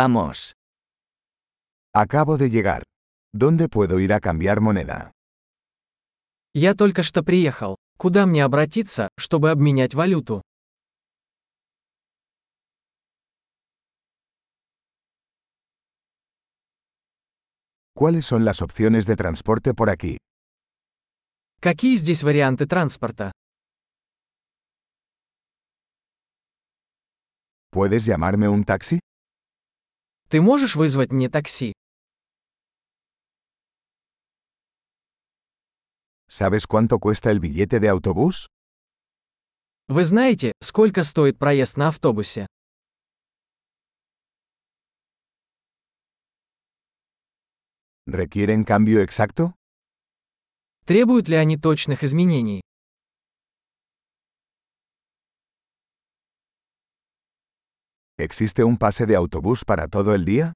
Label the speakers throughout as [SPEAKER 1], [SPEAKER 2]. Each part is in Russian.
[SPEAKER 1] Vamos.
[SPEAKER 2] Acabo de llegar. ¿Dónde puedo ir a cambiar moneda?
[SPEAKER 3] Я только что приехал. Куда мне обратиться, чтобы обменять валюту?
[SPEAKER 2] ¿Cuáles son las opciones de transporte por aquí?
[SPEAKER 3] Какие здесь варианты транспорта?
[SPEAKER 2] ¿Puedes llamarme un taxi?
[SPEAKER 3] Ты можешь вызвать мне такси?
[SPEAKER 2] ¿Sabes cuánto cuesta el billete de autobús?
[SPEAKER 3] Вы знаете, сколько стоит проезд на автобусе?
[SPEAKER 2] ¿Requieren cambio exacto?
[SPEAKER 3] Требуют ли они точных изменений?
[SPEAKER 2] ¿Existe un pase de autobús para todo el día?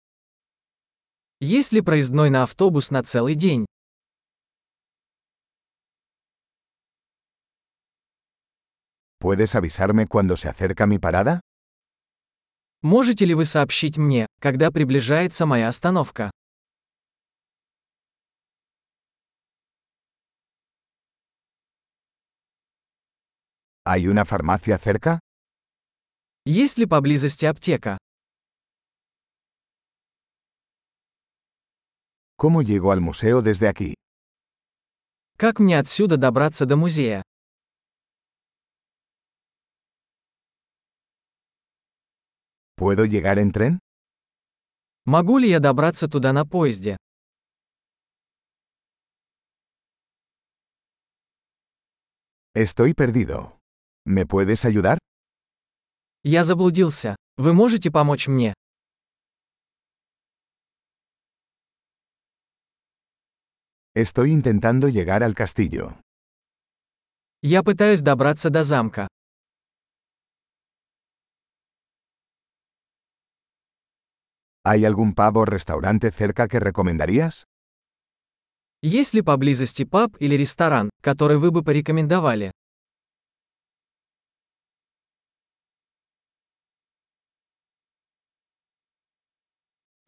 [SPEAKER 3] Есть ли проездной на автобус на целый день?
[SPEAKER 2] ¿Puedes avisarme cuando se acerca mi parada?
[SPEAKER 3] Можете ли вы сообщить мне, когда приближается моя остановка?
[SPEAKER 2] ¿Hay una farmacia cerca?
[SPEAKER 3] Есть ли поблизости аптека?
[SPEAKER 2] ¿Cómo llego al museo desde aquí?
[SPEAKER 3] Как мне отсюда добраться до музея?
[SPEAKER 2] ¿Puedo llegar en tren?
[SPEAKER 3] Могу ли я добраться туда на поезде?
[SPEAKER 2] Estoy perdido. ¿Me puedes ayudar?
[SPEAKER 3] Я заблудился. Вы можете помочь мне?
[SPEAKER 2] Estoy intentando llegar al castillo.
[SPEAKER 3] Я пытаюсь добраться до замка.
[SPEAKER 2] ¿Hay algún pavo o restaurante cerca que recomendarías?
[SPEAKER 3] Есть ли поблизости паб или ресторан, который вы бы порекомендовали?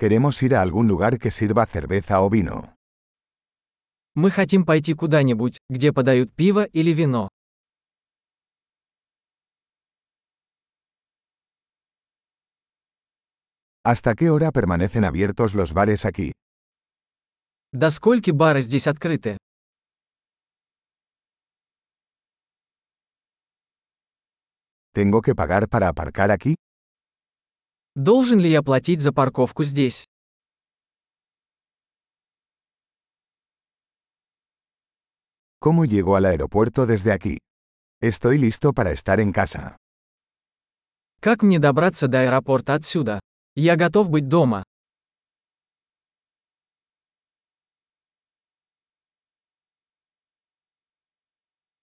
[SPEAKER 2] Queremos ir a algún lugar que sirva cerveza o vino.
[SPEAKER 3] Мы хотим пойти куда-нибудь, где подают пиво или вино.
[SPEAKER 2] ¿Hasta qué hora permanecen abiertos los bares aquí?
[SPEAKER 3] До скольки бары здесь открыты?
[SPEAKER 2] ¿Tengo que pagar para aparcar aquí?
[SPEAKER 3] Должен ли я платить за парковку здесь?
[SPEAKER 2] ¿Cómo llego al aeropuerto desde aquí? Estoy listo para estar en casa.
[SPEAKER 3] Как мне добраться до аэропорта отсюда? Я готов быть дома.